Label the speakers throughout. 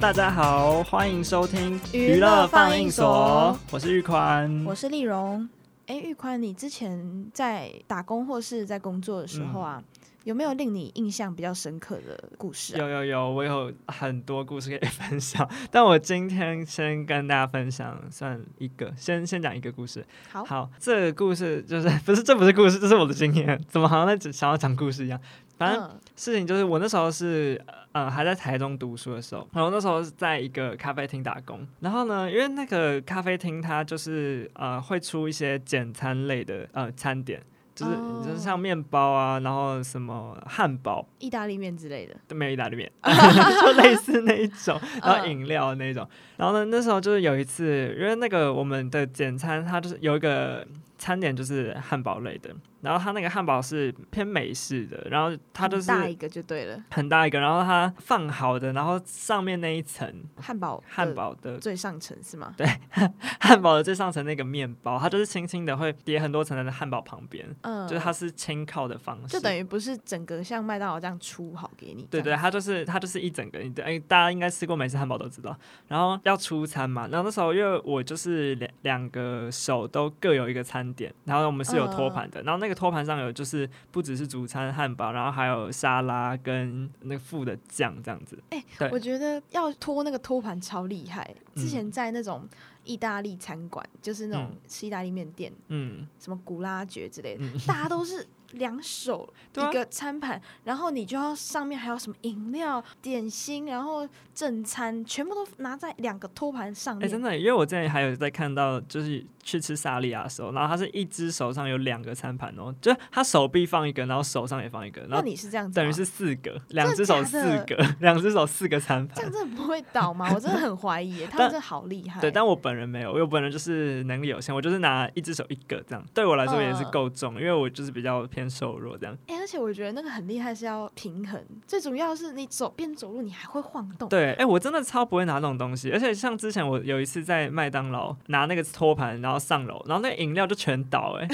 Speaker 1: 大家好，欢迎收听
Speaker 2: 娱乐放映所
Speaker 1: 我是玉宽，
Speaker 2: 我是丽蓉。哎，玉宽，你之前在打工或是在工作的时候啊，有没有令你印象比较深刻的故事、
Speaker 1: 嗯
Speaker 2: 啊？
Speaker 1: 有有有，我有很多故事可以分享，但我今天先跟大家分享算一个，先先讲一个故事。
Speaker 2: 好，
Speaker 1: 好，这个故事就是不是这不是故事，这是我的经验，怎么好像在只想要讲故事一样？反正
Speaker 2: 嗯
Speaker 1: 事情就是我那时候是呃还在台中读书的时候，然后那时候是在一个咖啡厅打工，然后呢，因为那个咖啡厅它就是呃会出一些简餐类的呃餐点。就是
Speaker 2: 哦
Speaker 1: 就是像面包啊，然后什么汉堡、
Speaker 2: 意大利面之类的。
Speaker 1: 都没有意大利面， 就类似那一种，然后
Speaker 2: 嗯
Speaker 1: 饮料那一种。然后呢，那时候就是有一次，因为那个我们的简餐，它就是有一个餐点就是汉堡类的，然后它那个汉堡是偏美式的，然后它
Speaker 2: 很
Speaker 1: 就是
Speaker 2: 大一个就对了，
Speaker 1: 很大一个，然后它放好的，然后上面那一层
Speaker 2: 汉堡，
Speaker 1: 汉堡的
Speaker 2: 最上层是吗？
Speaker 1: 汉堡的最上层那个面包，它就是轻轻的会叠很多层的汉堡旁边，
Speaker 2: 嗯，
Speaker 1: 就是它是轻靠的方式，
Speaker 2: 就等于不是整个像麦当劳这样出好给你。
Speaker 1: 对
Speaker 2: 这
Speaker 1: 对，
Speaker 2: 样，
Speaker 1: 它就是它就是一整个，你对哎，大家应该吃过美式汉堡都知道。然后要出餐嘛，然后那时候因为我就是两两个手都各有一个餐点，然后我们是有托盘
Speaker 2: 嗯
Speaker 1: 的，然后那个托盘上有就是不只是主餐汉堡，然后还有沙拉跟那个附的酱这样子。对
Speaker 2: 我觉得要拖那个托盘超厉害。之前在那种意大利餐馆，就是那种
Speaker 1: 嗯
Speaker 2: 吃意大利面店，
Speaker 1: 嗯，
Speaker 2: 什么古拉爵之类的，
Speaker 1: 嗯
Speaker 2: 大家都是两手
Speaker 1: 对啊
Speaker 2: 一个餐盘，然后你就要上面还有什么饮料、点心，然后正餐，全部都拿在两个托盘上
Speaker 1: 哎、
Speaker 2: 面。
Speaker 1: 真的，因为我之前还有在看到，就是去吃萨莉亚的时候，然后他是一只手上有两个餐盘哦，就是他手臂放一个，然后手上也放一个，然
Speaker 2: 那
Speaker 1: 后
Speaker 2: 你是这样子吗，
Speaker 1: 等于是四个，两只手四
Speaker 2: 真的
Speaker 1: 个，两只手四个餐
Speaker 2: 这样
Speaker 1: 盘。
Speaker 2: 真的不会倒吗？我真的很怀疑耶， 他
Speaker 1: 但
Speaker 2: 们真的好厉害。
Speaker 1: 对，但我本人没有，我本人就是能力有限，我就是拿一只手一个这样，对我来说也是
Speaker 2: 嗯
Speaker 1: 够重，因为我就是比较偏瘦弱这样。
Speaker 2: 哎、而且我觉得那个很厉害是要平衡，最主要是你走边走路你还会晃动。
Speaker 1: 对，哎、我真的超不会拿那种东西，而且像之前我有一次在麦当劳拿那个托盘，然后上楼，然后那个饮料就全倒、 哎，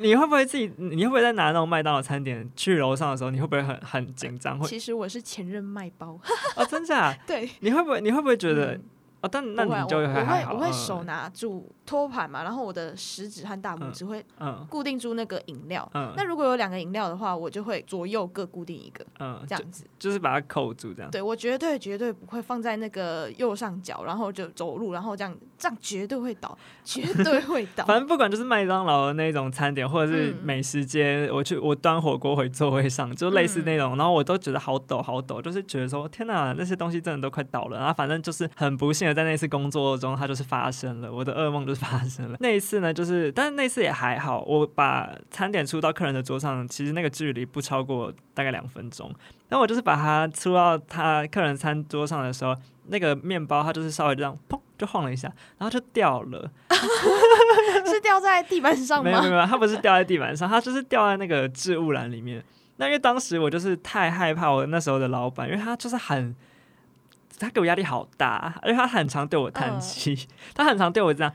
Speaker 1: 你你会不会自己，你会不会在拿那种麦当劳餐点去楼上的时候，你会不会很很紧张？会
Speaker 2: 其实我是前任卖包，
Speaker 1: 哦，真假？
Speaker 2: 对，
Speaker 1: 你会不会你会不会觉得、
Speaker 2: 嗯
Speaker 1: 哦？但那
Speaker 2: 不会
Speaker 1: 你
Speaker 2: 啊
Speaker 1: 就
Speaker 2: 我我
Speaker 1: 还
Speaker 2: 会
Speaker 1: 好，
Speaker 2: 我会
Speaker 1: 嗯
Speaker 2: 手拿住托盘嘛，然后我的食指和大拇
Speaker 1: 嗯
Speaker 2: 指会
Speaker 1: 嗯
Speaker 2: 固定住那个饮料。
Speaker 1: 嗯
Speaker 2: 那如果有两个饮料的话，我就会左右各固定一个，
Speaker 1: 嗯，
Speaker 2: 这
Speaker 1: 就嗯
Speaker 2: 样子。
Speaker 1: 就是把它扣住这样。
Speaker 2: 对我绝对绝对不会放在那个右上角，然后就走路，然后这样这样绝对会 倒，绝对会倒。
Speaker 1: 反正不管就是麦当劳的那种餐点，或者是
Speaker 2: 嗯
Speaker 1: 美食街，我去我端火锅回座位上，就类似那种，然后我都觉得好抖好抖，就是觉得说天哪，那些东西真的都快倒了。然后反正就是很不幸的，在那次工作中，它就是发生了，我的噩梦就是发生了。那一次呢，就是但是那次也还好，我把餐点出到客人的桌上，其实那个距离不超过大概两分钟。然后我就是把它出到他客人餐桌上的时候，那个面包它就是稍微这样砰就晃了一下，然后就掉了。
Speaker 2: 是掉在地板上
Speaker 1: 没有没有
Speaker 2: 吗？
Speaker 1: 没有，它不是掉在地板上，它就是掉在那个置物篮里面。那因为当时我就是太害怕我那时候的老板，因为他就是很，他给我压力好大，而且他很常对我叹
Speaker 2: 嗯
Speaker 1: 气，他很常对我这样，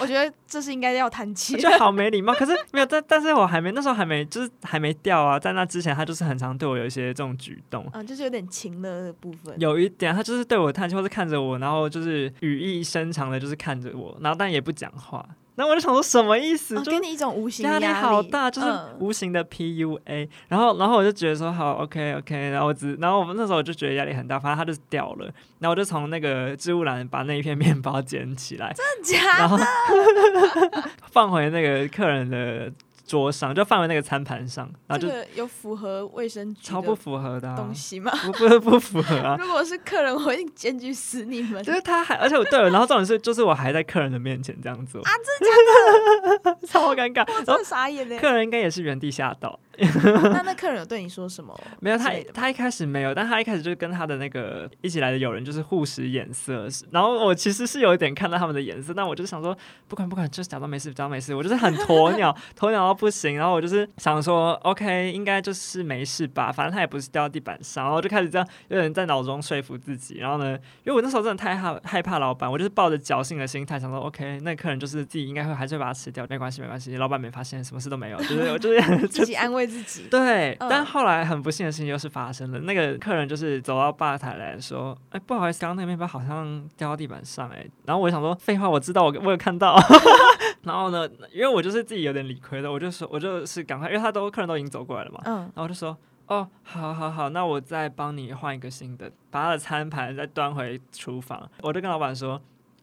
Speaker 2: 我觉得这是应该要叹气
Speaker 1: 我。觉得好没礼貌。可是 没有，但但是我还没那时候还没就是还没掉啊，在那之前他就是很常对我有一些这种举动。
Speaker 2: 嗯，就是有点情了的部分。
Speaker 1: 有一点，他就是对我叹气，或是看着我，然后就是语意深长的，就是看着我，然后但也不讲话。那我就想说什么意思？
Speaker 2: 哦
Speaker 1: 就
Speaker 2: 给你一种无形的
Speaker 1: 压力
Speaker 2: 压
Speaker 1: 好大，就是
Speaker 2: 嗯
Speaker 1: 无形的 PUA、然后，然后我就觉得说好，OK OK，然后我只，然后我那时候我就觉得压力很大，反正它就是掉了，然后我就从那个置物篮把那一片 面包捡起来，
Speaker 2: 假
Speaker 1: 然后 放回那个客人的桌上，就放回那个餐盘上，然后
Speaker 2: 这
Speaker 1: 就
Speaker 2: 个有符合卫生局
Speaker 1: 超不
Speaker 2: 的
Speaker 1: 符合的、啊
Speaker 2: 东，西吗？
Speaker 1: 不不不符合 啊。
Speaker 2: 如果是客人，我会检举死你们。
Speaker 1: 就是他还，而且我对了，然后重点是，就是我还在客人的面前这样做啊，真的 超尴尬。然
Speaker 2: 真
Speaker 1: 后
Speaker 2: 的傻眼 嘞！
Speaker 1: 客人应该也是原地吓到，
Speaker 2: 那那客人有对你说什么？
Speaker 1: 没有，他
Speaker 2: 之类的
Speaker 1: 他一开始没有，但他一开始就是跟他的那个一起来的友人就是互使眼色，然后我其实是有一点看到他们的眼色，但我就想说不管不管，就是假装没事，假装没事，我就是很鸵 鸟，鸵鸟到不行，然后我就是想说 OK，应该就是没事吧，反正他也不是掉到地板上，然后我就开始这样有点在脑中说服自己，然后呢，因为我那时候真的太害害怕老板，我就是抱着侥幸的心态想说 OK，那客人就是自己应该会还是会把它吃掉。掉，没关系，没关系，老板没发现，什么事都没有，就是 我就是
Speaker 2: 自己安慰自己。
Speaker 1: 对，
Speaker 2: 嗯
Speaker 1: 但后来很不幸的事情又是发生了，那个客人就是走到吧台来说：“哎、不好意思，刚刚那个面包好像掉到地板上。”哎，然后我想说，废话，我知道，我我有看 到。 然后呢，因为我就是自己有点理亏的，我就说，我就是赶快，因为他都客人都已经走过来了嘛，
Speaker 2: 嗯，
Speaker 1: 然后我就说。哦，好好好，那我再帮你换一个新的，把他的餐盘再端回厨房。我就跟老板说，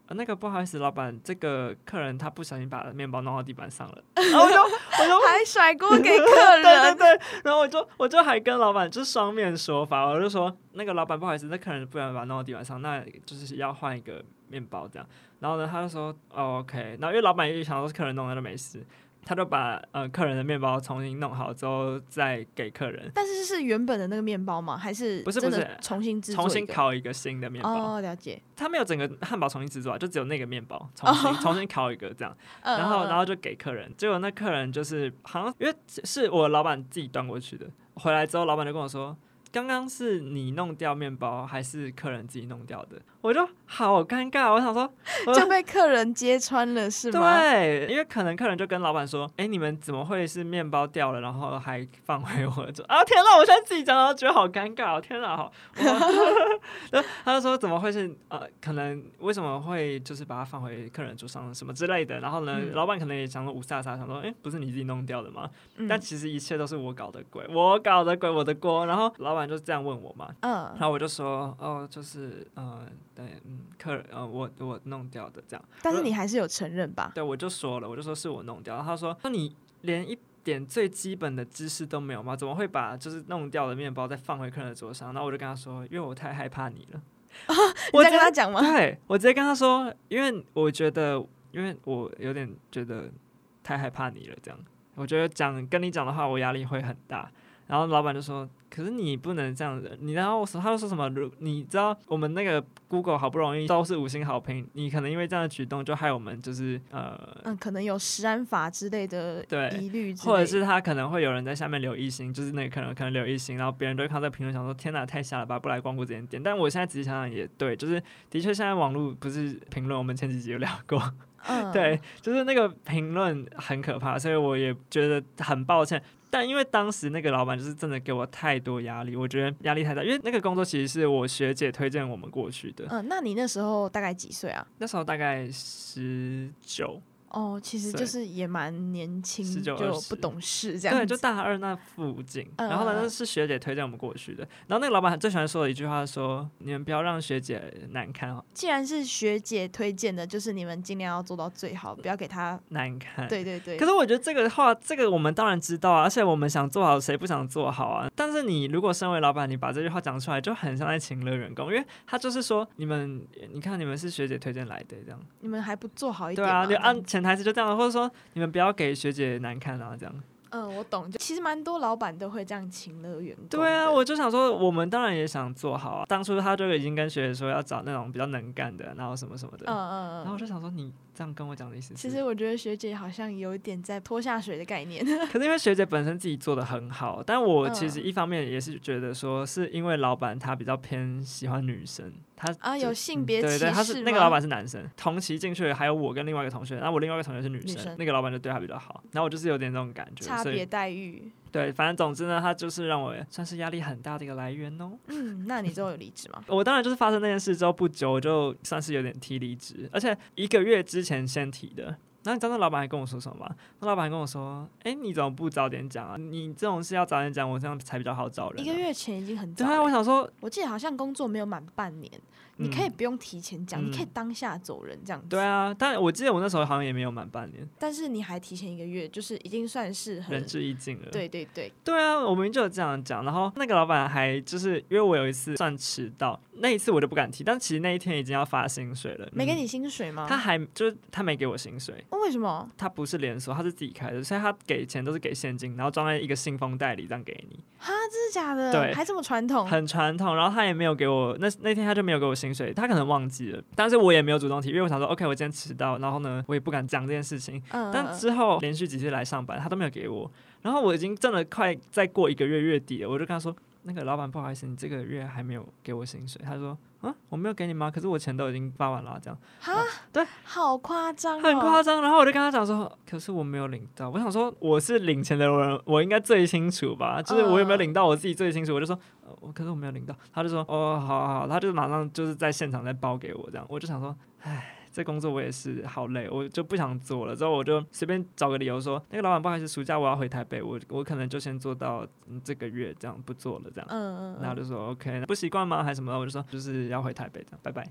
Speaker 1: 啊那个不好意思，老板，这个客人他不小心把面包弄到地板上了。 然后我就我就
Speaker 2: 还甩锅给客
Speaker 1: 对对
Speaker 2: 人，
Speaker 1: 对，然后我就我就还跟老板就是双面说法，我就说那个老板不好意思，那客人不然把它弄到地板上，那就是要换一个面包这样。然后呢，他就说、哦、OK，然后因为老板也想说是客人弄的就没事，他就把呃客人的面包重新弄好之后再给客人，
Speaker 2: 但是是原本的那个面包吗？还是
Speaker 1: 不是
Speaker 2: 真
Speaker 1: 不
Speaker 2: 的
Speaker 1: 是
Speaker 2: 重新制作
Speaker 1: 重新
Speaker 2: 一个
Speaker 1: 烤一个新的面包。
Speaker 2: 哦，了解。
Speaker 1: 他没有整个汉堡重新制作啊，就只有那个面包重新、
Speaker 2: 哦
Speaker 1: 重新烤一个这样。
Speaker 2: 嗯
Speaker 1: 然后然
Speaker 2: 后
Speaker 1: 后就给客人，结果那客人就是好像因为是我老板自己端过去的，回来之后老板就跟我说。刚刚是你弄掉面包，还是客人自己弄掉的？我就好尴尬，我想说，呃我
Speaker 2: 就被客人揭穿了，是吗？
Speaker 1: 对，因为可能客人就跟老板说：“哎，你们怎么会是面包掉了，然后还放回我？”就啊，天哪！我现在自己讲，然后觉得好尴尬、哦，天哪，好。 我他就说：“怎么会是呃，可能为什么会就是把它放回客人桌上什么之类的？”然后呢，
Speaker 2: 嗯
Speaker 1: 老板可能也想说五下下，想说：“哎，不是你自己弄掉的吗？”
Speaker 2: 嗯
Speaker 1: 但其实一切都是我搞的鬼，我搞的鬼，我的锅。然后老板就这样问我嘛，
Speaker 2: 嗯
Speaker 1: 然，后我就说：“哦，就是呃，对，嗯，客人，呃，我我弄掉的这样。”
Speaker 2: 但是你还是有承认吧？
Speaker 1: 对，我就说了，我就说是我弄掉。然后他说：“那你连一点最基本的知识都没有吗？怎么会把就是弄掉的面包再放回客人的桌上？”然后我就跟他说：“因为我太害怕你了。
Speaker 2: 你
Speaker 1: 我
Speaker 2: 在
Speaker 1: 直
Speaker 2: 跟他
Speaker 1: 接
Speaker 2: 讲吗？
Speaker 1: 对我直接跟他说，因为我觉得，因为我有点觉得太害怕你了，这样我觉得讲跟你讲的话，我压力会很大。然后老板就说：“可是你不能这样子，你然后我说他就说什么？如你知道我们那个 Google 好不容易都是五星好评，你可能因为这样的举动就害我们就是呃
Speaker 2: 嗯，可能有食安法之类的
Speaker 1: 对
Speaker 2: 疑虑之类的，
Speaker 1: 或者是他可能会有人在下面留一星，就是那个可能可能留一星，然后别人都会看到评论想说天哪太瞎了吧，不来光顾这间店。但我现在仔细想想也对，就是的确现在网络不是评论，我们前几集有聊过，
Speaker 2: 嗯，
Speaker 1: 对，就是那个评论很可怕，所以我也觉得很抱歉。但因为当时那个老板就是真的给我太多压力，我觉得压力太大，因为那个工作其实是我学姐推荐我们过去的，
Speaker 2: 嗯，那你那时候大概几岁啊？
Speaker 1: 那时候大概十九，
Speaker 2: 哦，其实就
Speaker 1: 对
Speaker 2: 是也蛮年轻，
Speaker 1: 19
Speaker 2: 就
Speaker 1: 20
Speaker 2: 不懂事这样
Speaker 1: 对，
Speaker 2: 子。
Speaker 1: 就大二那附近。
Speaker 2: 嗯
Speaker 1: 然后
Speaker 2: 嗯
Speaker 1: 呢，
Speaker 2: 嗯
Speaker 1: 是学姐推荐我们过去的。然后那个老板最喜欢说的一句话是说：“你们不要让学姐难堪，哦，
Speaker 2: 既然是学姐推荐的，就是你们尽量要做到最好，不要给她。
Speaker 1: 难堪。”。
Speaker 2: 对对对，
Speaker 1: 可是我觉得这个话，这个我们当然知道啊，而且我们想做好，谁不想做好啊？但是你如果身为老板，你把这句话讲出来，就很像在请了员工，因为他就是说你们，你看你们是学姐推荐来的这样，
Speaker 2: 你们还不做好一
Speaker 1: 对
Speaker 2: 点
Speaker 1: 啊，
Speaker 2: 吗？
Speaker 1: 就按潜台词就这样，或者说你们不要给学姐难看啊这样。
Speaker 2: 嗯，我懂。就其实蛮多老板都会这样请了员工的。
Speaker 1: 对啊，我就想说，我们当然也想做好啊。当初他就已经跟学姐说要找那种比较能干的，然后什么什么的。
Speaker 2: 嗯嗯
Speaker 1: 然后我
Speaker 2: 嗯。
Speaker 1: 就想说，你这样跟我讲的意思是，
Speaker 2: 其实我觉得学姐好像有一点在拖下水的概念。
Speaker 1: 可是因为学姐本身自己做的很好，但我其实
Speaker 2: 嗯
Speaker 1: 一方面也是觉得说，是因为老板他比较偏喜欢女生，他
Speaker 2: 啊
Speaker 1: 就
Speaker 2: 有性别
Speaker 1: 嗯对
Speaker 2: 歧
Speaker 1: 对，
Speaker 2: 视
Speaker 1: 他是那个
Speaker 2: 吗
Speaker 1: 老板是男生，同期进去还有我跟另外一个同学，然后我另外一个同学是女
Speaker 2: 女
Speaker 1: 生，
Speaker 2: 生
Speaker 1: 那个老板就对他比较好，然后我就是有点这种感觉，
Speaker 2: 差
Speaker 1: 所
Speaker 2: 别
Speaker 1: 以
Speaker 2: 待遇。
Speaker 1: 对，反正总之呢，他就是让我算是压力很大的一个来源哦。
Speaker 2: 嗯，那你之后有离职吗？
Speaker 1: 我当然就是发生那件事之后不久，我就算是有点提离职，而且一个月之前先提的。然后你知道那老板还跟我说什么吗？那老板还跟我说：“哎，你怎么不早点讲啊？你这种事要早点讲，我这样才比较好找人、啊。”
Speaker 2: 一个月前已经很
Speaker 1: 对
Speaker 2: 早
Speaker 1: 啊，
Speaker 2: 了。
Speaker 1: 我想说，
Speaker 2: 我记得好像工作没有满半年，你可以不用提前讲，
Speaker 1: 嗯
Speaker 2: 你可以当下走人这样子。
Speaker 1: 对啊，但我记得我那时候好像也没有满半年，
Speaker 2: 但是你还提前一个月，就是已经算是很
Speaker 1: 仁至义尽了。
Speaker 2: 对对对，
Speaker 1: 对啊，我们就有这样讲。然后那个老板还就是因为我有一次算迟到，那一次我就不敢提，但其实那一天已经要发薪水了，
Speaker 2: 没给
Speaker 1: 嗯
Speaker 2: 你薪水吗？
Speaker 1: 他还就是他没给我薪水，
Speaker 2: 哦为什么？
Speaker 1: 他不是连锁，他是自己开的，所以他给钱都是给现金，然后装在一个信封袋里这样给你，
Speaker 2: 哈，真的假的？
Speaker 1: 对
Speaker 2: 还这么传统？
Speaker 1: 很传统。然后他也没有给我那那天他就没有给我薪水，他可能忘记了，但是我也没有主动提，因为我想说，OK，我今天迟到，然后呢，我也不敢讲这件事情。
Speaker 2: 嗯，
Speaker 1: 但之后连续几次来上班，他都没有给我，然后我已经真的快再过一个月月底了，我就跟他说，那个老板不好意思，你这个月还没有给我薪水。他说，嗯，啊，我没有给你吗？可是我钱都已经发完了啊，这样
Speaker 2: 哈，
Speaker 1: 对，
Speaker 2: 好夸张、哦，
Speaker 1: 很夸张。然后我就跟他讲说，可是我没有领到。我想说我是领钱的人，我应该最清楚吧？就是我有没有领到，我自己最清楚。我就说，呃我、可是我没有领到。他就说，哦，好好好，他就马上就是在现场再包给我这样。我就想说，唉。这工作我也是好累，我就不想做了。之后我就随便找个理由说，那个老板不好意思，暑假我要回台北，我我可能就先做到嗯这个月这样不做了这样。
Speaker 2: 嗯嗯
Speaker 1: 然后
Speaker 2: 嗯，
Speaker 1: 就说 OK，不习惯吗？还是什么？我就说就是要回台北这样，拜拜。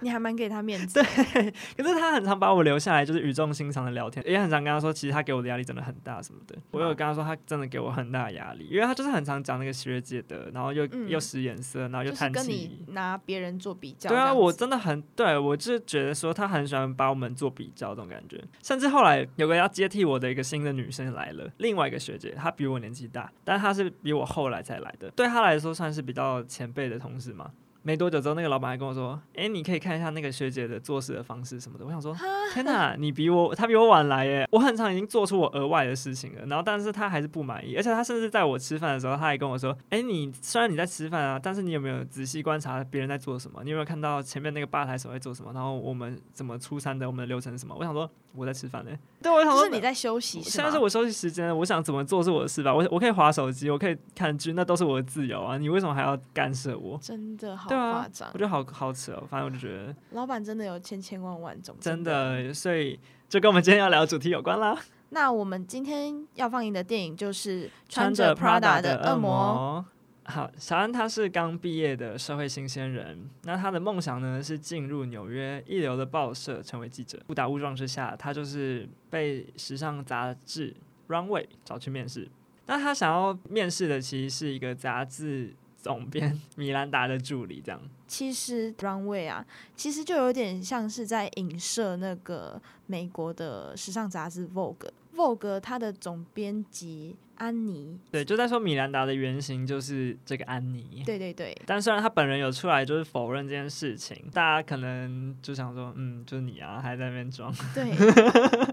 Speaker 2: 你还蛮给他面子，对，
Speaker 1: 可是他很常把我留下来，就是语重心长的聊天，也很常跟他说，其实他给我的压力真的很大什么的。我有跟他说，他真的给我很大的压力，因为他就是很常讲那个学姐的，然后又、
Speaker 2: 嗯
Speaker 1: 又使眼色，然后又
Speaker 2: 就是
Speaker 1: 叹
Speaker 2: 跟
Speaker 1: 气
Speaker 2: 你。拿别人做比较这
Speaker 1: 对
Speaker 2: 样子。
Speaker 1: 啊，我真的很对我就是觉得说他很喜欢把我们做比较这种感觉，甚至后来有个要接替我的一个新的女生来了，另外一个学姐，她比我年纪大，但她是比我后来才来的，对她来说算是比较前辈的同事嘛。没多久之后，那个老板还跟我说：“哎、你可以看一下那个学姐的做事的方式什么的。”我想说，天哪，你比我，他比我晚来耶！我很常已经做出我额外的事情了，然后但是他还是不满意，而且他甚至在我吃饭的时候，他还跟我说：“哎，你虽然你在吃饭啊，但是你有没有仔细观察别人在做什么？你有没有看到前面那个吧台手在做什么？然后我们怎么出餐的？我们的流程是什么？”我想说我在吃饭呢，对，我想
Speaker 2: 就
Speaker 1: 说
Speaker 2: 是你在休息，
Speaker 1: 现
Speaker 2: 吗
Speaker 1: 在是我休息时间，我想怎么做是我的事吧。我我可以划手机，我可以看剧，那都是我的自由啊！你为什么还要干涉我？
Speaker 2: 真的好
Speaker 1: 对啊
Speaker 2: 夸张
Speaker 1: 我，觉得好好扯哦，反正我就觉得
Speaker 2: 老板真的有千千万万种，
Speaker 1: 真。的，所以就跟我们今天要聊的主题有关啦。
Speaker 2: 那我们今天要放映的电影就是
Speaker 1: 穿着
Speaker 2: 着 Prada
Speaker 1: Prada
Speaker 2: 的
Speaker 1: 的
Speaker 2: 恶
Speaker 1: 恶魔。好，小安他是刚毕业的社会新鲜人，那他的梦想呢是进入纽约一流的报社成为记者。误打误撞之下，他就是被时尚杂志 Runway 找去面试。那他想要面试的其实是一个杂志总编米兰达的助理，这样。
Speaker 2: 其实 Runway 啊，其实就有点像是在影射那个美国的时尚杂志 Vogue。Vogue 它的总编辑安妮，
Speaker 1: 对，就在说米兰达的原型就是这个安妮。
Speaker 2: 对对对，
Speaker 1: 但虽然他本人有出来就是否认这件事情，大家可能就想说，嗯，就是你啊，还在那边装。
Speaker 2: 对。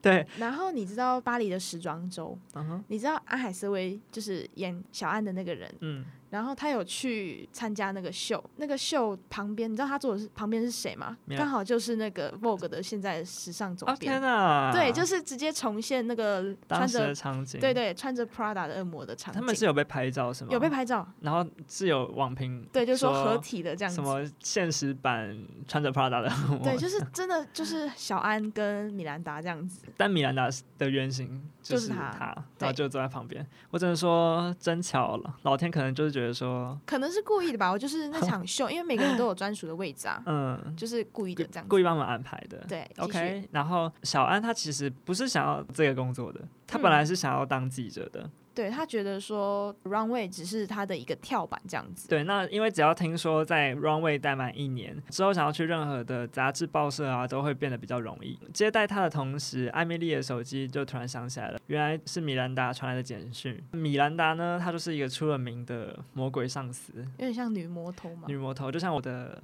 Speaker 1: 对，
Speaker 2: 然后你知道巴黎的时装周，
Speaker 1: 嗯哼，
Speaker 2: 你知道安海瑟薇就是演小安的那个人，
Speaker 1: 嗯，
Speaker 2: 然后他有去参加那个秀，那个秀旁边，你知道他坐的是旁边是谁吗？
Speaker 1: 没有
Speaker 2: 刚好就是那个 Vogue 的现在时尚总
Speaker 1: 哦天
Speaker 2: 编，
Speaker 1: 哪，
Speaker 2: 对，就是是直接重现那个穿
Speaker 1: 当时
Speaker 2: 着
Speaker 1: 的场景，
Speaker 2: 对对穿着 Prada 的恶魔的场景，
Speaker 1: 他们是有被拍照是吗？
Speaker 2: 有被，拍照，
Speaker 1: 然后是有网评
Speaker 2: 对，就是说
Speaker 1: 说
Speaker 2: 合体的这样子
Speaker 1: 什，么现实版穿着 Prada 的恶魔，
Speaker 2: 对，就是真的就是小安跟米兰达这样子，
Speaker 1: 但米兰达的原型
Speaker 2: 就是是他
Speaker 1: 他
Speaker 2: 对
Speaker 1: 然后就坐在旁边，我只能说真巧了，老天可能就是觉得说，
Speaker 2: 可能是故意的吧，我就是那场秀，因为每个人都有专属的位置啊，
Speaker 1: 嗯，
Speaker 2: 就是故意的这样子，
Speaker 1: 故意帮我们安排的，
Speaker 2: 对继续
Speaker 1: OK，然后小安他其实不是想要这个工作的，他
Speaker 2: 嗯
Speaker 1: 本来是想要当记者的，
Speaker 2: 对他觉得说 runway 只是他的一个跳板这样子，
Speaker 1: 对，那因为只要听说在 Runway 待满一年之后，想要去任何的杂志报社啊，都会变得比较容易。接待他的同时，艾米丽的手机就突然响起来了，原来是米兰达传来的简讯。米兰达呢，她就是一个出了名的魔鬼上司、
Speaker 2: 有点像女魔头嘛，
Speaker 1: 女魔头，就像我的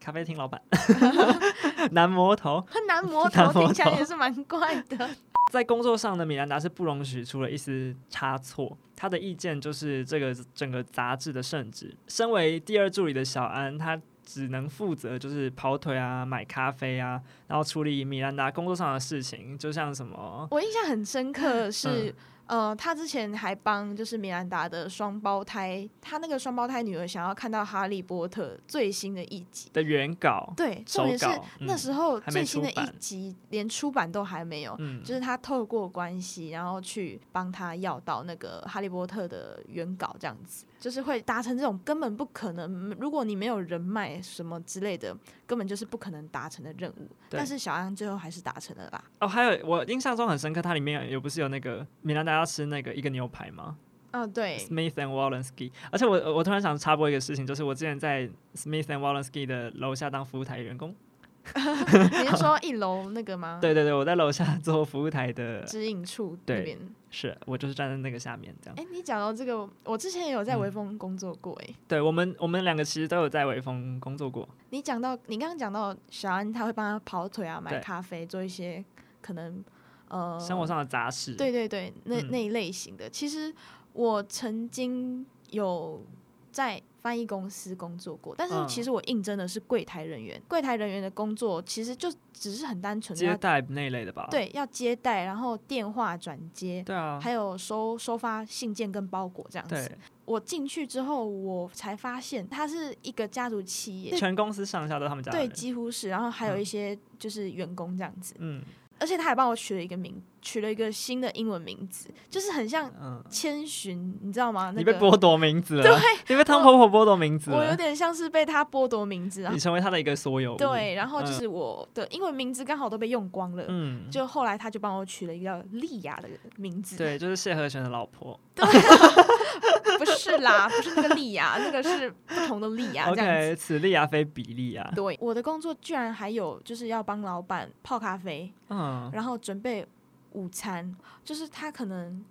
Speaker 1: 咖啡厅老板 男魔头。
Speaker 2: 男魔
Speaker 1: 男
Speaker 2: 头
Speaker 1: 魔
Speaker 2: 听起来
Speaker 1: 头
Speaker 2: 也是蛮怪 的。
Speaker 1: 在工作上呢，米兰达是不容许出了一丝差错。他的意见就是这个整个杂志的圣旨。身为第二助理的小安，他只能负责就是跑腿啊、买咖啡啊，然后处理米兰达工作上的事情，就像什么
Speaker 2: 我印象很深刻是，
Speaker 1: 嗯
Speaker 2: 呃，他之前还帮就是米兰达的双胞胎，他那个双胞胎女儿想要看到《哈利波特》最新的一集。
Speaker 1: 的原稿，
Speaker 2: 对，
Speaker 1: 手
Speaker 2: 重点是、
Speaker 1: 稿嗯
Speaker 2: 那时候
Speaker 1: 还没
Speaker 2: 最新的
Speaker 1: 出版
Speaker 2: 一集连出版都还没有，
Speaker 1: 嗯，
Speaker 2: 就是他透过关系，然后去帮他要到那个《哈利波特》的原稿，这样子，就是会达成这种根本不可能，如果你没有人脉什么之类的，根本就是不可能达成的任务。
Speaker 1: 对
Speaker 2: 但是小安最后还是达成了啦。
Speaker 1: 哦，还有我印象中很深刻，它里面有不是有那个米兰达要吃那个一个牛排吗？
Speaker 2: 啊，对，
Speaker 1: Smith and Walensky。而且我我突然想插播一个事情，就是我之前在 Smith and Walensky 的楼下当服务台员工。
Speaker 2: 你是说一楼那个吗？，
Speaker 1: 对对对，我在楼下做服务台 的，
Speaker 2: 指引处那
Speaker 1: 对
Speaker 2: 边。
Speaker 1: 是我就是站在那个下面这样。
Speaker 2: 哎、你讲到这个，我之前也有在
Speaker 1: 嗯
Speaker 2: 微风工作过、诶，哎、
Speaker 1: 对我们我们两个其实都有在微风工作过，
Speaker 2: 你讲到你刚刚讲到小安，他会帮他跑腿啊，买
Speaker 1: 对
Speaker 2: 咖啡，做一些可能呃
Speaker 1: 生活上的杂事。
Speaker 2: 对对对，那
Speaker 1: 嗯
Speaker 2: 那一类型的。其实我曾经有在翻译公司工作过，但是
Speaker 1: 嗯
Speaker 2: 其实我应征的是柜台人员。柜台人员的工作其实就只是很单纯的
Speaker 1: 接
Speaker 2: 要
Speaker 1: 待那类的吧？
Speaker 2: 对要接待，然后电话转接，
Speaker 1: 对啊，
Speaker 2: 还有收收发信件跟包裹这样子。
Speaker 1: 对，
Speaker 2: 我进去之后，我才发现它是一个家族企业，
Speaker 1: 全公司上下都他们家的
Speaker 2: 对，
Speaker 1: 人
Speaker 2: 几乎是，然后还有
Speaker 1: 嗯
Speaker 2: 一些就是员工这样子。
Speaker 1: 嗯
Speaker 2: 而且他还帮我取了一个名，取了一个新的英文名字，就是很像
Speaker 1: 嗯，
Speaker 2: 千寻，你知道吗？那
Speaker 1: 你被
Speaker 2: 个
Speaker 1: 剥夺名字了，对，你被汤婆婆剥夺名字
Speaker 2: 我有
Speaker 1: 了，
Speaker 2: 点像是被他剥夺名字，然后
Speaker 1: 你成为她的一个所有物。
Speaker 2: 对，然后就是我的英文名字刚好都被用光了。
Speaker 1: 嗯，
Speaker 2: 就后来他就帮我取了一个叫莉亚的名字，
Speaker 1: 对，就是谢和弦的老婆。
Speaker 2: 不是啦， 不是那个莉亚，那个是不同的莉亚这样子。
Speaker 1: OK，此利亚非彼利亚。
Speaker 2: 对，我的工作居然还有就是要帮老板泡咖啡，
Speaker 1: 嗯，
Speaker 2: 然后准备午餐，就是他可能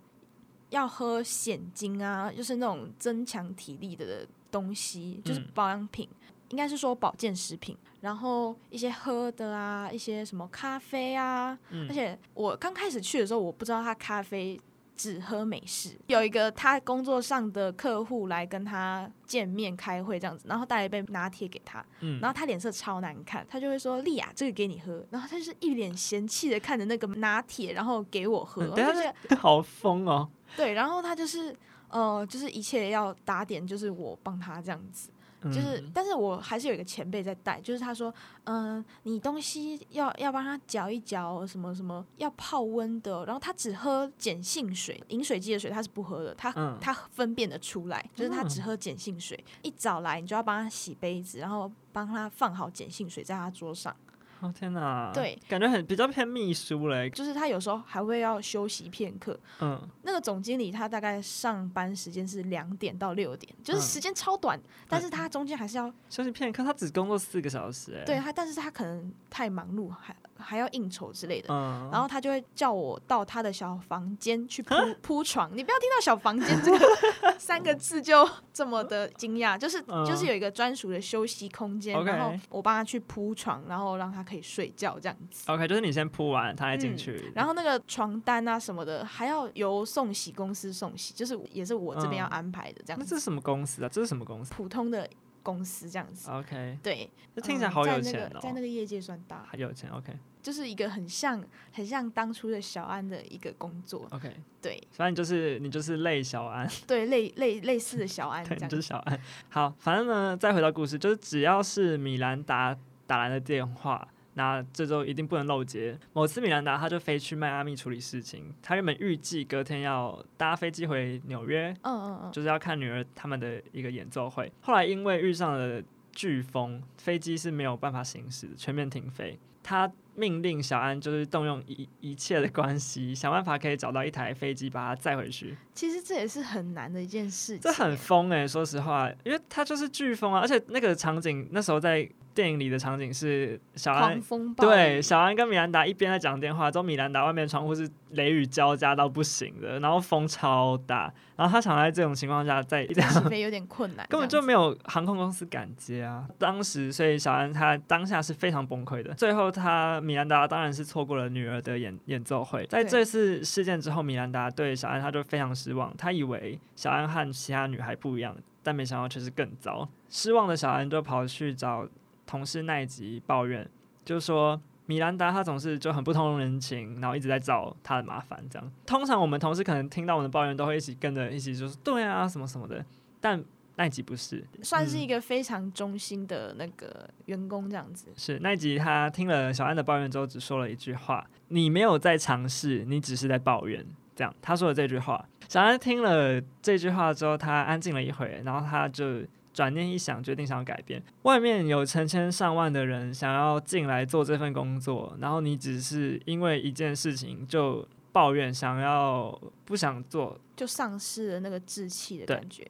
Speaker 2: 要喝鲜精啊，就是那种增强体力的东西，就是
Speaker 1: 嗯
Speaker 2: 保养品，应该是说保健食品，然后一些喝的啊，一些什么咖啡啊，
Speaker 1: 嗯
Speaker 2: 而且我刚开始去的时候，我不知道他咖啡。只喝美式，有一个他工作上的客户来跟他见面开会这样子，然后带了一杯拿铁给他，
Speaker 1: 嗯
Speaker 2: 然后他脸色超难看，他就会说：“丽亚，这个给你喝。”然后他就是一脸嫌弃的看着那个拿铁，然后给我喝。
Speaker 1: 嗯
Speaker 2: 我
Speaker 1: 等
Speaker 2: 就
Speaker 1: 一
Speaker 2: 觉
Speaker 1: 下
Speaker 2: 得
Speaker 1: 好疯哦。
Speaker 2: 对，然后他就是呃，就是一切要打点，就是我帮他这样子。
Speaker 1: 嗯
Speaker 2: 就是，但是我还是有一个前辈在带，就是他说：“嗯、你东西要要帮他搅一搅，什么什么要泡温的。”哦然后他只喝碱性水，饮水机的水他是不喝的，他
Speaker 1: 嗯，
Speaker 2: 他分辨得出来，就是他
Speaker 1: 嗯
Speaker 2: 只喝碱性水。一早来，你就要帮他洗杯子，然后帮他放好碱性水在他桌上。
Speaker 1: 哦天哪，
Speaker 2: 对，
Speaker 1: 感觉很比较偏秘书嘞。
Speaker 2: 就是他有时候还会要休息片刻。
Speaker 1: 嗯，
Speaker 2: 那个总经理他大概上班时间是两点到六点，就是
Speaker 1: 嗯
Speaker 2: 时间超短，但是他中间还是要
Speaker 1: 休息片刻，他只工作四个小时。哎
Speaker 2: 对，他，但是他可能太忙碌，还还要应酬之类的。
Speaker 1: 嗯，
Speaker 2: 然后他就会叫我到他的小房间去铺铺床。你不要听到“小房间”这个 三个字就这么的惊讶，就是
Speaker 1: 嗯
Speaker 2: 就是有一个专属的休息空间，
Speaker 1: OK
Speaker 2: 然后我帮他去铺床，然后让他可以睡觉这样子。
Speaker 1: OK，就是你先铺完，他再进
Speaker 2: 嗯
Speaker 1: 去。
Speaker 2: 然后那个床单啊什么的，还要由送洗公司送洗，就是也是我这边要
Speaker 1: 嗯
Speaker 2: 安排的这样
Speaker 1: 那
Speaker 2: 子，
Speaker 1: 这是什么公司啊？这是什么公司
Speaker 2: 普通的公司这样子。
Speaker 1: ？OK，
Speaker 2: 对，
Speaker 1: 这听起来
Speaker 2: 嗯
Speaker 1: 好有
Speaker 2: 在
Speaker 1: 钱
Speaker 2: 那个
Speaker 1: 哦，
Speaker 2: 在那个业界算大，
Speaker 1: 很有钱。OK
Speaker 2: 就是一个很像很像当初的小安的一个工作。
Speaker 1: OK，
Speaker 2: 对，
Speaker 1: 反正就是你就是累小安，
Speaker 2: 对，类类类似的小安这
Speaker 1: 对，你
Speaker 2: 样
Speaker 1: 就
Speaker 2: 子
Speaker 1: 是。小安。好，反正呢，再回到故事，就是只要是米兰达打来的电话。那这周一定不能漏接。某次米兰达他就飞去迈阿密处理事情，他原本预计隔天要搭飞机回纽约，
Speaker 2: 嗯嗯嗯，
Speaker 1: 就是要看女儿他们的一个演奏会。后来因为遇上了飓风，飞机是没有办法行驶的，全面停飞。他命令小安就是动用一一切的关系，想办法可以找到一台飞机把他载回去。
Speaker 2: 其实这也是很难的一件事情。
Speaker 1: 这很疯哎、说实话，因为他就是飓风啊，而且那个场景那时候在电影里的场景是小安
Speaker 2: 狂。风暴雨
Speaker 1: 对，小安跟米兰达一边在讲电话，之后米兰达外面窗户是雷雨交加到不行的，然后风超大，然后他想在这种情况下在这样
Speaker 2: 起飞有点困难，
Speaker 1: 根本
Speaker 2: 这
Speaker 1: 就
Speaker 2: 样子
Speaker 1: 没有航空公司敢接啊！当时，所以小安他当下是非常崩溃的。最后，他米兰达当然是错过了女儿的演演奏会。在
Speaker 2: 对
Speaker 1: 这次事件之后，米兰达对小安他就非常失望，他以为小安和其他女孩不一样，但没想到却是更糟。失望的小安就跑去找同事奈吉抱怨，就说。米兰达她总是就很不通人情，然后一直在找她的麻烦，这样。通常我们同事可能听到我们的抱怨，都会一起跟着一起就说对啊什么什么的，但奈吉不是，
Speaker 2: 算
Speaker 1: 嗯
Speaker 2: 是一个非常忠心的那个员工这样子。
Speaker 1: 是奈吉他听了小安的抱怨之后，只说了一句话：“你没有在尝试，你只是在抱怨。”这样，他说了这句话。小安听了这句话之后，他安静了一会，然后他就转念一想，决定想要改变。外面有成千上万的人想要进来做这份工作，然后你只是因为一件事情就抱怨，想要不想做，
Speaker 2: 就丧失了那个志气的
Speaker 1: 对
Speaker 2: 感觉，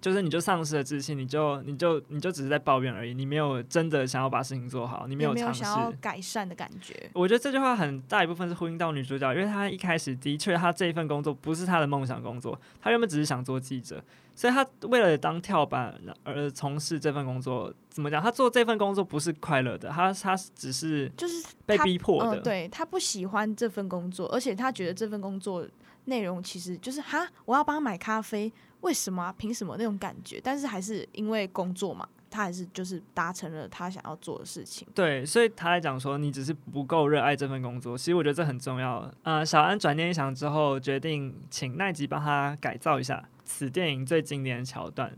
Speaker 1: 就是你就丧失了自信，你就你就你就只是在抱怨而已，你没有真的想要把事情做好，你没
Speaker 2: 也
Speaker 1: 有
Speaker 2: 没有
Speaker 1: 尝试
Speaker 2: 想。要改善的感觉。
Speaker 1: 我觉得这句话很大一部分是呼应到女主角，因为她一开始的确她这一份工作不是她的梦想工作，她原本只是想做记者，所以她为了当跳板而从事这份工作。怎么讲？她做这份工作不是快乐的，她她只是
Speaker 2: 就是
Speaker 1: 被
Speaker 2: 他哦
Speaker 1: 逼迫的。
Speaker 2: 嗯，对他不喜欢这份工作，而且他觉得这份工作内容其实就是哈，我要帮他买咖啡，为什么啊？凭什么那种感觉？但是还是因为工作嘛，他还是就是达成了他想要做的事情。
Speaker 1: 对，所以他来讲说，你只是不够热爱这份工作。其实我觉得这很重要。呃，小安转念一想之后，决定请奈吉帮他改造一下此电影最经典的桥段。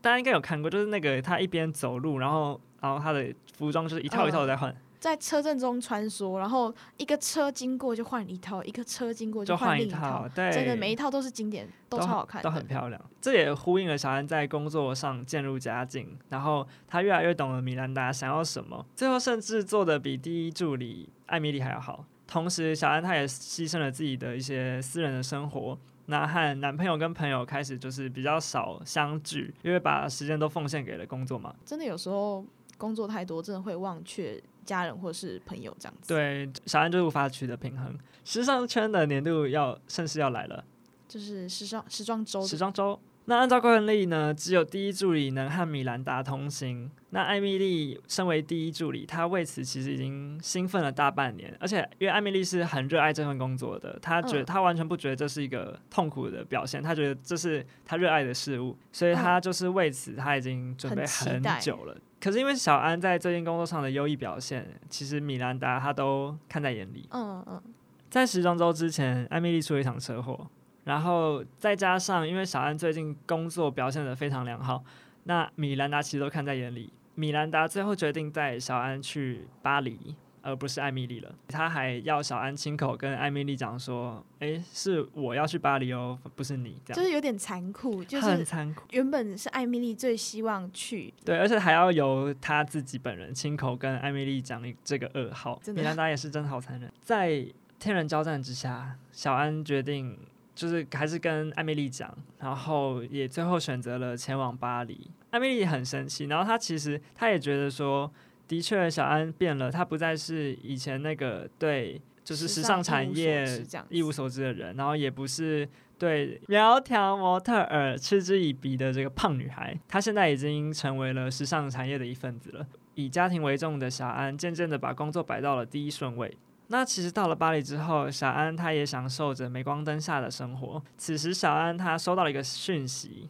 Speaker 1: 大家应该有看过，就是那个他一边走路，然后然后他的服装就是一套一套的
Speaker 2: 嗯
Speaker 1: 在换，
Speaker 2: 在车阵中穿梭，然后一个车经过就换一套，一个车经过
Speaker 1: 就
Speaker 2: 换
Speaker 1: 换
Speaker 2: 另
Speaker 1: 一
Speaker 2: 一套
Speaker 1: 套，，对，
Speaker 2: 真的每一套都是经典，都超好看
Speaker 1: 都
Speaker 2: 的，
Speaker 1: 很漂亮。这也呼应了小安在工作上渐入佳境，然后他越来越懂了米兰达想要什么，最后甚至做的比第一助理艾米丽还要好。同时，小安她也牺牲了自己的一些私人的生活，那和男朋友跟朋友开始就是比较少相聚，因为把时间都奉献给了工作嘛。
Speaker 2: 真的有时候工作太多，真的会忘却家人或是朋友这样子。，
Speaker 1: 对，小安就是无法取得平衡。时尚圈的年度要盛世要来了。
Speaker 2: 就是时尚时装周
Speaker 1: 时装周。那按照惯例呢，只有第一助理能和米兰达同行。那艾米丽身为第一助理，她为此其实已经兴奋了大半年，而且因为艾米丽是很热爱这份工作的，她觉
Speaker 2: 嗯
Speaker 1: 她完全不觉得这是一个痛苦的表现，她觉得这是她热爱的事物，所以她就是为此她已经准备
Speaker 2: 嗯很期
Speaker 1: 很
Speaker 2: 待
Speaker 1: 久了。可是因为小安在最近工作上的优异表现，其实米兰达她都看在眼里。
Speaker 2: 嗯嗯嗯，
Speaker 1: 在时装周之前，艾米丽出了一场车祸，然后再加上因为小安最近工作表现得非常良好，那米兰达其实都看在眼里。米兰达最后决定带小安去巴黎，而不是艾米丽了。他还要小安亲口跟艾米丽讲说：“诶，是我要去巴黎哦，不是你。”这
Speaker 2: 就
Speaker 1: 样
Speaker 2: 是有点残酷，就
Speaker 1: 很
Speaker 2: 是
Speaker 1: 残酷。
Speaker 2: 原本是艾米丽最希望去，
Speaker 1: 对，而且还要由他自己本人亲口跟艾米丽讲这个噩耗。
Speaker 2: 真的
Speaker 1: 米兰达也是真的好残忍，在天人交战之下，小安决定就是还是跟艾米丽讲，然后也最后选择了前往巴黎。艾米丽很生气，然后她其实她也觉得说，的确小安变了，他不再是以前那个对就是
Speaker 2: 时
Speaker 1: 时
Speaker 2: 尚
Speaker 1: 尚产
Speaker 2: 一无
Speaker 1: 业
Speaker 2: 所知这样子
Speaker 1: 一无所知的人，然后也不是对窈窕模特儿嗤之以鼻的这个胖女孩，她现在已经成为了时尚产业的一份子了。以家庭为重的小安，渐渐的把工作摆到了第一顺位。那其实到了巴黎之后，小安她也享受着镁光灯下的生活。此时，小安她收到了一个讯息，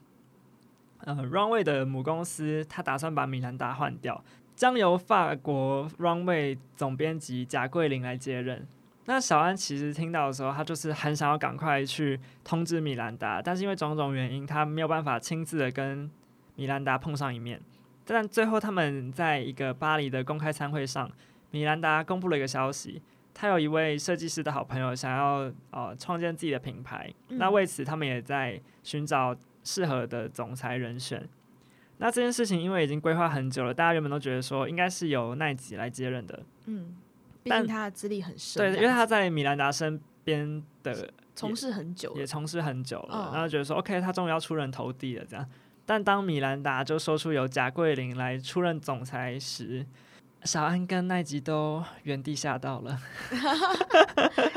Speaker 1: 呃，Runway 的母公司，她打算把米兰达换掉，将由法国 Runway 总编辑贾桂林来接任。那小安其实听到的时候，他就是很想要赶快去通知米兰达，但是因为种种原因，他没有办法亲自的跟米兰达碰上一面。但最后，他们在一个巴黎的公开参会上，米兰达公布了一个消息，他有一位设计师的好朋友想要呃创建自己的品牌，
Speaker 2: 嗯
Speaker 1: 那为此他们也在寻找适合的总裁人选。那这件事情因为已经规划很久了，大家原本都觉得说应该是由奈吉来接任的，
Speaker 2: 嗯，毕
Speaker 1: 但
Speaker 2: 竟她的资历很深这
Speaker 1: 对，
Speaker 2: 样子，
Speaker 1: 因为他在米兰达身边的
Speaker 2: 从事很久
Speaker 1: 也
Speaker 2: 了，
Speaker 1: 从事很久了，
Speaker 2: 嗯
Speaker 1: 然后觉得说 OK，他终于要出人头地了这样。但当米兰达就说出由贾桂林来出任总裁时，小安跟奈吉都原地吓到了。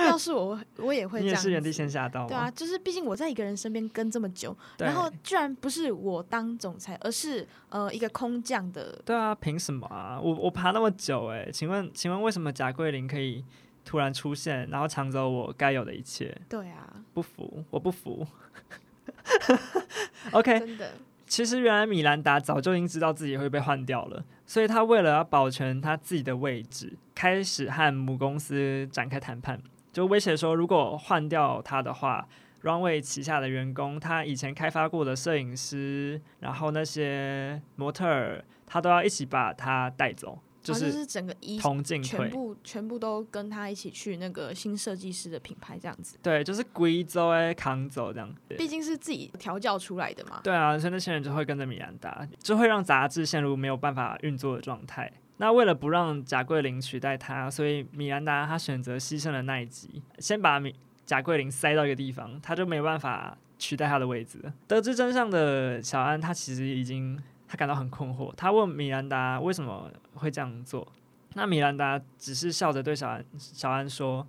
Speaker 2: 要是我我我也 会
Speaker 1: 你
Speaker 2: 这
Speaker 1: 也
Speaker 2: 样
Speaker 1: 是原地
Speaker 2: 子
Speaker 1: 先吓到吗？
Speaker 2: 对啊，就是毕竟我在一个人身边跟这么久，
Speaker 1: 对
Speaker 2: 然后居然不是我当总裁，而是呃一个空降的，
Speaker 1: 对啊，凭什么啊？我我爬那么久哎、请问请问为什么贾桂林可以突然出现，然后抢走我该有的一切？
Speaker 2: 对 啊，
Speaker 1: 不服，我不服。OK，
Speaker 2: 真的，
Speaker 1: 其实原来米兰达早就已经知道自己会被换掉了，所以他为了要保全他自己的位置，开始和母公司展开谈判，就威胁说，如果换掉他的话，Runway 旗下的员工，他以前开发过的摄影师，然后那些模特儿，他都要一起把他带走，就
Speaker 2: 好像
Speaker 1: 是
Speaker 2: 哦是整个一
Speaker 1: 同进
Speaker 2: 全
Speaker 1: 退。
Speaker 2: 部全部都跟他一起去那个新设计师的品牌这样子，
Speaker 1: 对，就是贵州哎扛走这样。
Speaker 2: 毕竟是自己调教出来的嘛，
Speaker 1: 对啊，所以那些人就会跟着米兰达，就会让杂志陷入没有办法运作的状态。那为了不让贾桂林取代他，所以米兰达他选择牺牲了那一集，先把米贾桂林塞到一个地方，他就没有办法取代他的位置了。得知真相的小安，他其实已经他感到很困惑，他问米兰达为什么会这样做。那米兰达只是笑着对小安小安说：“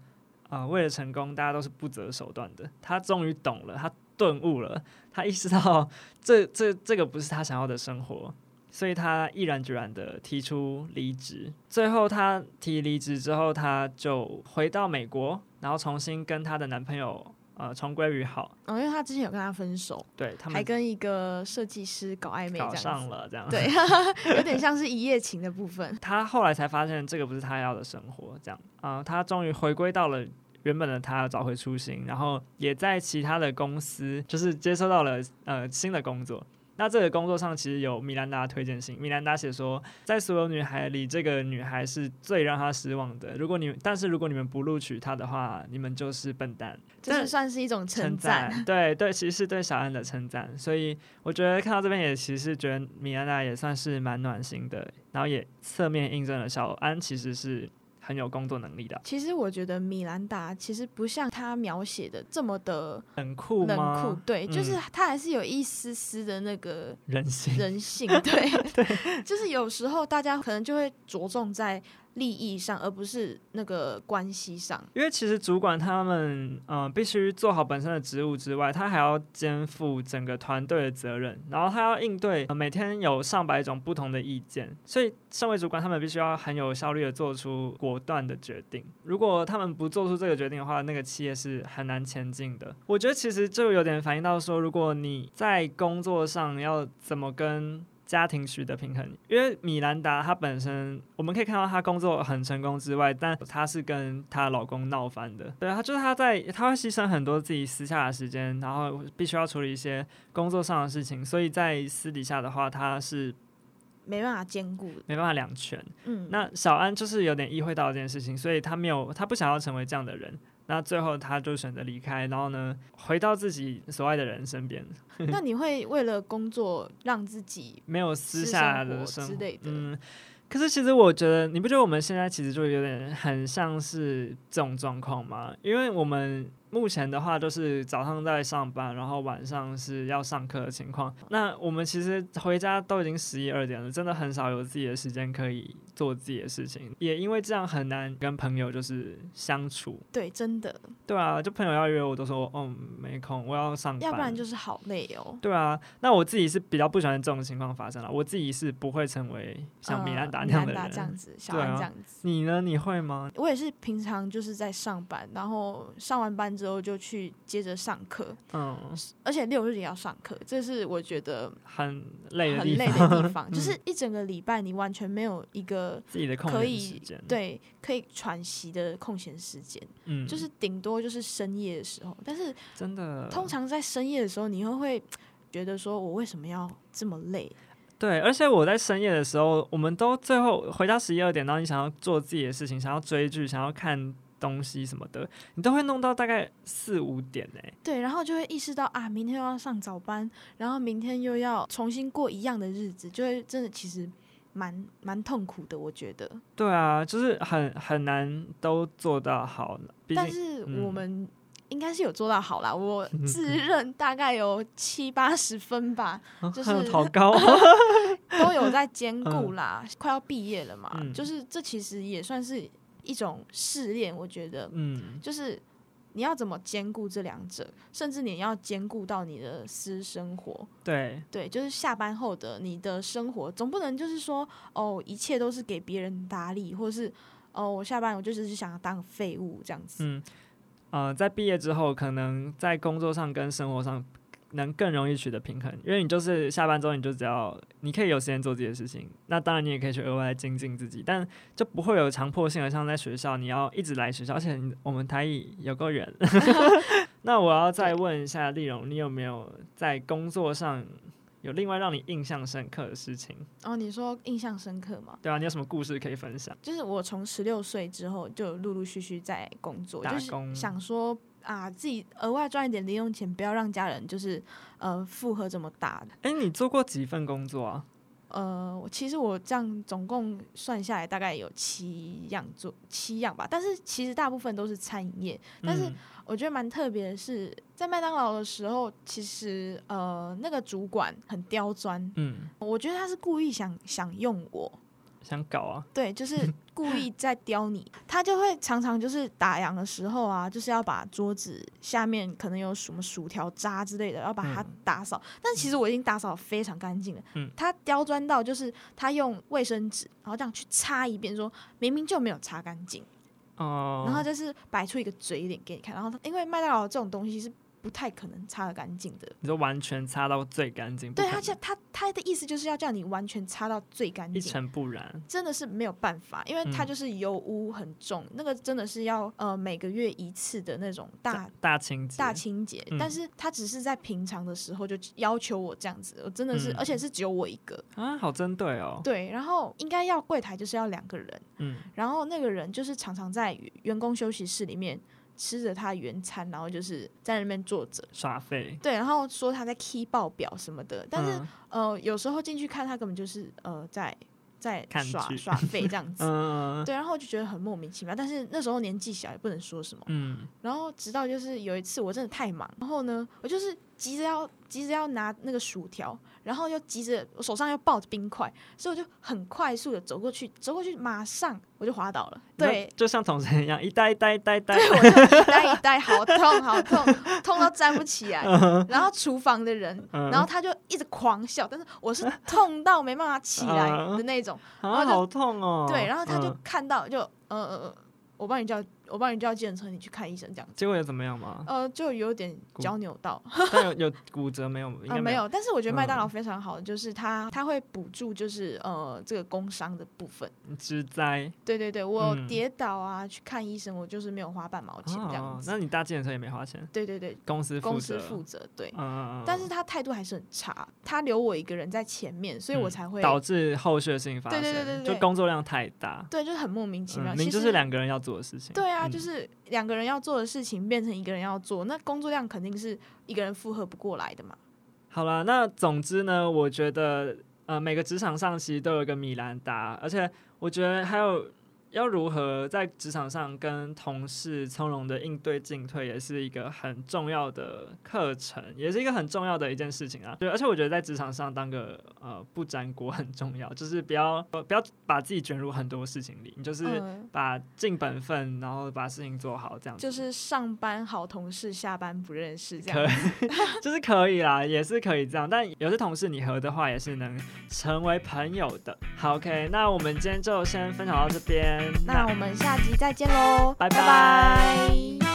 Speaker 1: 啊、为了成功，大家都是不择手段的。”他终于懂了，他顿悟了，他意识到这这这个不是他想要的生活，所以他毅然决然的提出离职。最后他提离职之后，他就回到美国，然后重新跟她的男朋友呃重归于好，
Speaker 2: 哦，因为他之前有跟他分手，
Speaker 1: 对他
Speaker 2: 还
Speaker 1: 们
Speaker 2: 跟一个设计师搞暧昧
Speaker 1: 搞
Speaker 2: 这样
Speaker 1: 上
Speaker 2: 子，
Speaker 1: 了这样。
Speaker 2: 对， 有点像是一夜情的部 分。
Speaker 1: 他后来才发现这个不是他要的生活，这样啊、呃他终于回归到了原本的他，找回初心，然后也在其他的公司就是接收到了呃新的工作。那这个工作上其实有米兰达的推荐信，米兰达写说，在所有女孩里，这个女孩是最让他失望的。如果你但是如果你们不录取她的话，你们就是笨蛋。
Speaker 2: 这
Speaker 1: 但
Speaker 2: 是算是一种
Speaker 1: 称
Speaker 2: 称赞，
Speaker 1: 赞，对对，其实是对小安的称赞，所以我觉得看到这边也其实觉得米安娜也算是蛮暖心的，然后也侧面印证了小安其实是很有工作能力的，
Speaker 2: 其实我觉得米兰达其实不像他描写的这么的
Speaker 1: 冷酷
Speaker 2: 冷
Speaker 1: 吗？
Speaker 2: 酷，对，就是
Speaker 1: 嗯
Speaker 2: 他还是有一丝丝的 那个
Speaker 1: 人性，
Speaker 2: 人性， 对 就是有时候大家可能就会着重在利益上，而不是那个关系上。
Speaker 1: 因为其实主管他们，嗯、必须做好本身的职务之外，他还要肩负整个团队的责任，然后他要应对、呃每天有上百种不同的意见，所以身为主管，他们必须要很有效率的做出果断的决定。如果他们不做出这个决定的话，那个企业是很难前进的。我觉得其实就有点反映到说，如果你在工作上要怎么跟家庭取得平衡，因为米兰达她本身，我们可以看到她工作很成功之外，但她是跟她老公闹翻的。对，她就是她在，她会牺牲很多自己私下的时间，然后必须要处理一些工作上的事情，所以在私底下的话，她是
Speaker 2: 没办法兼顾的，
Speaker 1: 没办法两全。
Speaker 2: 嗯，
Speaker 1: 那小安就是有点意会到这件事情，所以他没有，他不想要成为这样的人。那最后他就选择离开，然后呢，回到自己所爱的人身边，
Speaker 2: 那你会为了工作让自己
Speaker 1: 没有私
Speaker 2: 私
Speaker 1: 下
Speaker 2: 生
Speaker 1: 的
Speaker 2: 活
Speaker 1: 生
Speaker 2: 之类的
Speaker 1: 嗯，可是其实我觉得，你不觉得我们现在其实就有点很像是这种状况吗？因为我们目前的话，就是早上在上班，然后晚上是要上课的情况。那我们其实回家都已经十一二点了，真的很少有自己的时间可以做自己的事情，也因为这样很难跟朋友就是相处。
Speaker 2: 对，真的，
Speaker 1: 对啊，就朋友要约我都说，嗯、没空，我要上班。
Speaker 2: 要不然就是好累哦。
Speaker 1: 对啊，那我自己是比较不喜欢这种情况发生了，我自己是不会成为像米兰达
Speaker 2: 呃
Speaker 1: 那样的
Speaker 2: 米
Speaker 1: 人。
Speaker 2: 兰达这样子，小
Speaker 1: 对
Speaker 2: 安
Speaker 1: 啊
Speaker 2: 这样子。
Speaker 1: 你呢？你会吗？
Speaker 2: 我也是平常就是在上班，然后上完班之后就去接着上课，
Speaker 1: 嗯，
Speaker 2: 而且六日也要上课，这是我觉得
Speaker 1: 很累的
Speaker 2: 很
Speaker 1: 地
Speaker 2: 累
Speaker 1: 方，嗯
Speaker 2: 的地 方，就是一整个礼拜你完全没有一个
Speaker 1: 自己的空
Speaker 2: 可
Speaker 1: 闲时
Speaker 2: 以
Speaker 1: 间，，
Speaker 2: 对可以喘息的空闲时间，
Speaker 1: 嗯，
Speaker 2: 就是顶多就是深夜的时候，但是
Speaker 1: 真的，
Speaker 2: 通常在深夜的时候，你又会觉得说我为什么要这么累？
Speaker 1: 对，而且我在深夜的时候，我们都最后回到十一二点，然后你想要做自己的事情，想要追剧，想要看东西什么的，你都会弄到大概四五点哎、
Speaker 2: 对，然后就会意识到啊，明天又要上早班，然后明天又要重新过一样的日子，就会真的其实蛮蛮痛苦的，我觉得。
Speaker 1: 对啊，就是很很难都做到好，毕
Speaker 2: 但
Speaker 1: 竟
Speaker 2: 是
Speaker 1: 嗯
Speaker 2: 我们应该是有做到好啦，我 自认大概有七八十分吧，
Speaker 1: 啊
Speaker 2: 就是
Speaker 1: 好 高、哦。
Speaker 2: 都有在 兼顾啦，快要毕业了嘛，
Speaker 1: 嗯
Speaker 2: 就是这其实也算是一种试炼，我觉得，
Speaker 1: 嗯，
Speaker 2: 就是你要怎么兼顾这两者，甚至你要兼顾到你的私生活。
Speaker 1: 对，
Speaker 2: 对，就是下班后的你的生活，总不能就是说哦，一切都是给别人打理，或是哦，我下班我就只是想要当个废物这样子。
Speaker 1: 嗯，呃，在毕业之后，可能在工作上跟生活上能更容易取得平衡，因为你就是下班之后，你就只要你可以有时间做自己的事情，那当然你也可以去额外精进自己，但就不会有强迫性的，像在学校你要一直来学校，而且你我们台艺有够 远。那我要再问一下丽蓉，你有没有在工作上有另外让你印象深刻的事情？
Speaker 2: 然后、哦你说印象深刻吗？
Speaker 1: 对啊，你有什么故事可以分享？
Speaker 2: 就是我从十六岁之后就陆陆续续在工作，
Speaker 1: 打
Speaker 2: 就是
Speaker 1: 工
Speaker 2: 想说啊，自己额外赚一点零用钱，不要让家人就是呃负荷这么大。
Speaker 1: 哎、你做过几份工作啊？
Speaker 2: 呃，我其实我这样总共算下来大概有七样做七样吧，但是其实大部分都是餐饮业。但是
Speaker 1: 嗯
Speaker 2: 我觉得蛮特别的是，在麦当劳的时候，其实呃那个主管很刁钻，
Speaker 1: 嗯，
Speaker 2: 我觉得他是故意想想用我，
Speaker 1: 想搞啊，
Speaker 2: 对，就是 故意在刁你。他就会常常就是打烊的时候啊，就是要把桌子下面可能有什么薯条渣之类的，要把它
Speaker 1: 嗯
Speaker 2: 打扫。但其实我已经打扫得非常干净了。
Speaker 1: 嗯
Speaker 2: 他刁钻到就是他用卫生纸，然后这样去擦一遍说，明明就没有擦干净。
Speaker 1: 哦，
Speaker 2: 然后就是摆出一个嘴脸给你看。然后它因为麦当劳这种东西是不太可能擦得干净的，
Speaker 1: 你就完全擦到最干净，不
Speaker 2: 对
Speaker 1: 可
Speaker 2: 他
Speaker 1: 能
Speaker 2: 叫他他的意思就是要叫你完全擦到最干
Speaker 1: 一
Speaker 2: 净。
Speaker 1: 尘不染，
Speaker 2: 真的是没有办法，因为它
Speaker 1: 嗯
Speaker 2: 就是油污很重，那个真的是要呃每个月一次的那种大
Speaker 1: 大清洁，
Speaker 2: 大清洁。
Speaker 1: 嗯
Speaker 2: 但是他只是在平常的时候就要求我这样子，我真的是，
Speaker 1: 嗯
Speaker 2: 而且是只有我一个。
Speaker 1: 啊，好针对哦，
Speaker 2: 对，然后应该要柜台就是要两个人，
Speaker 1: 嗯，
Speaker 2: 然后那个人就是常常在员工休息室里面吃着他的原餐，然后就是在那边坐着。
Speaker 1: 耍废，
Speaker 2: 对，然后说他在 key 报表什么的，但是
Speaker 1: 嗯
Speaker 2: 呃，有时候进去看他根本就是呃在在
Speaker 1: 看
Speaker 2: 耍
Speaker 1: 剧
Speaker 2: 耍废这样子。
Speaker 1: 嗯
Speaker 2: 对，然后就觉得很莫名其妙，但是那时候年纪小也不能说什么。
Speaker 1: 嗯，
Speaker 2: 然后直到就是有一次我真的太忙，然后呢，我就是急着要急着要拿那个薯条，然后又急着我手上又抱着冰块，所以我就很快速的走过去，走过去马上我就滑倒了。对
Speaker 1: 那，就像童神一样，一呆呆呆呆，
Speaker 2: 对，我就一呆一呆，好痛好痛，痛到站不起来。然后厨房的人，
Speaker 1: 嗯
Speaker 2: 然后他就一直狂笑，但是我是痛到没办法起来的那种。
Speaker 1: 啊，
Speaker 2: 然后就
Speaker 1: 好痛哦，
Speaker 2: 对，然后他就
Speaker 1: 嗯
Speaker 2: 看到就呃呃，呃我帮你叫我帮你叫计程车，你去看医生这样子。
Speaker 1: 结果又怎么样 嘛？
Speaker 2: 呃，就有点
Speaker 1: 骨
Speaker 2: 脚扭到，
Speaker 1: 但有有骨折没有？哦应
Speaker 2: 啊、
Speaker 1: 该
Speaker 2: 没
Speaker 1: 有，
Speaker 2: 有，但是我觉得麦当劳
Speaker 1: 嗯
Speaker 2: 非常好的就是它它会补助，就是呃这个工伤的部分。
Speaker 1: 植栽
Speaker 2: 对对对，我
Speaker 1: 嗯
Speaker 2: 跌倒啊、去看医生，我就是没有花半毛钱这样
Speaker 1: 哦，
Speaker 2: 子。
Speaker 1: 那你搭计程车也没花钱，
Speaker 2: 对对对，
Speaker 1: 公司
Speaker 2: 公
Speaker 1: 负
Speaker 2: 司
Speaker 1: 责，
Speaker 2: 负责对。
Speaker 1: 嗯嗯嗯，
Speaker 2: 但是他态度还是很差，他留我一个人在前面，所以
Speaker 1: 嗯
Speaker 2: 我才会、
Speaker 1: 导致后续的事情发
Speaker 2: 对
Speaker 1: 生，
Speaker 2: 对对对对
Speaker 1: 就工作量太大，
Speaker 2: 对，就是很莫名其妙。
Speaker 1: 嗯，
Speaker 2: 其
Speaker 1: 您
Speaker 2: 实
Speaker 1: 就是两个人要做的事情，
Speaker 2: 对啊，
Speaker 1: 嗯
Speaker 2: 就是两个人要做的事情变成一个人要做，那工作量肯定是一个人负荷不过来的嘛。
Speaker 1: 好啦，那总之呢，我觉得呃，每个职场上其实都有一个米兰达，而且我觉得还有要如何在职场上跟同事从容的应对进退，也是一个很重要的课程，也是一个很重要的一件事情啊。对，而且我觉得在职场上当个呃不粘锅很重要，就是不要、呃不要把自己卷入很多事情里，你就是
Speaker 2: 嗯，
Speaker 1: 把尽本分，然后把事情做好，这样子
Speaker 2: 就是上班好同事，下班不认识这
Speaker 1: 可
Speaker 2: 样。
Speaker 1: 就是可以啦，也是可以这样，但有些同事你合的话，也是能成为朋友的。好，OK，那我们今天就先分享到这边。
Speaker 2: 那我们下集再见喽，
Speaker 1: 拜
Speaker 2: 拜拜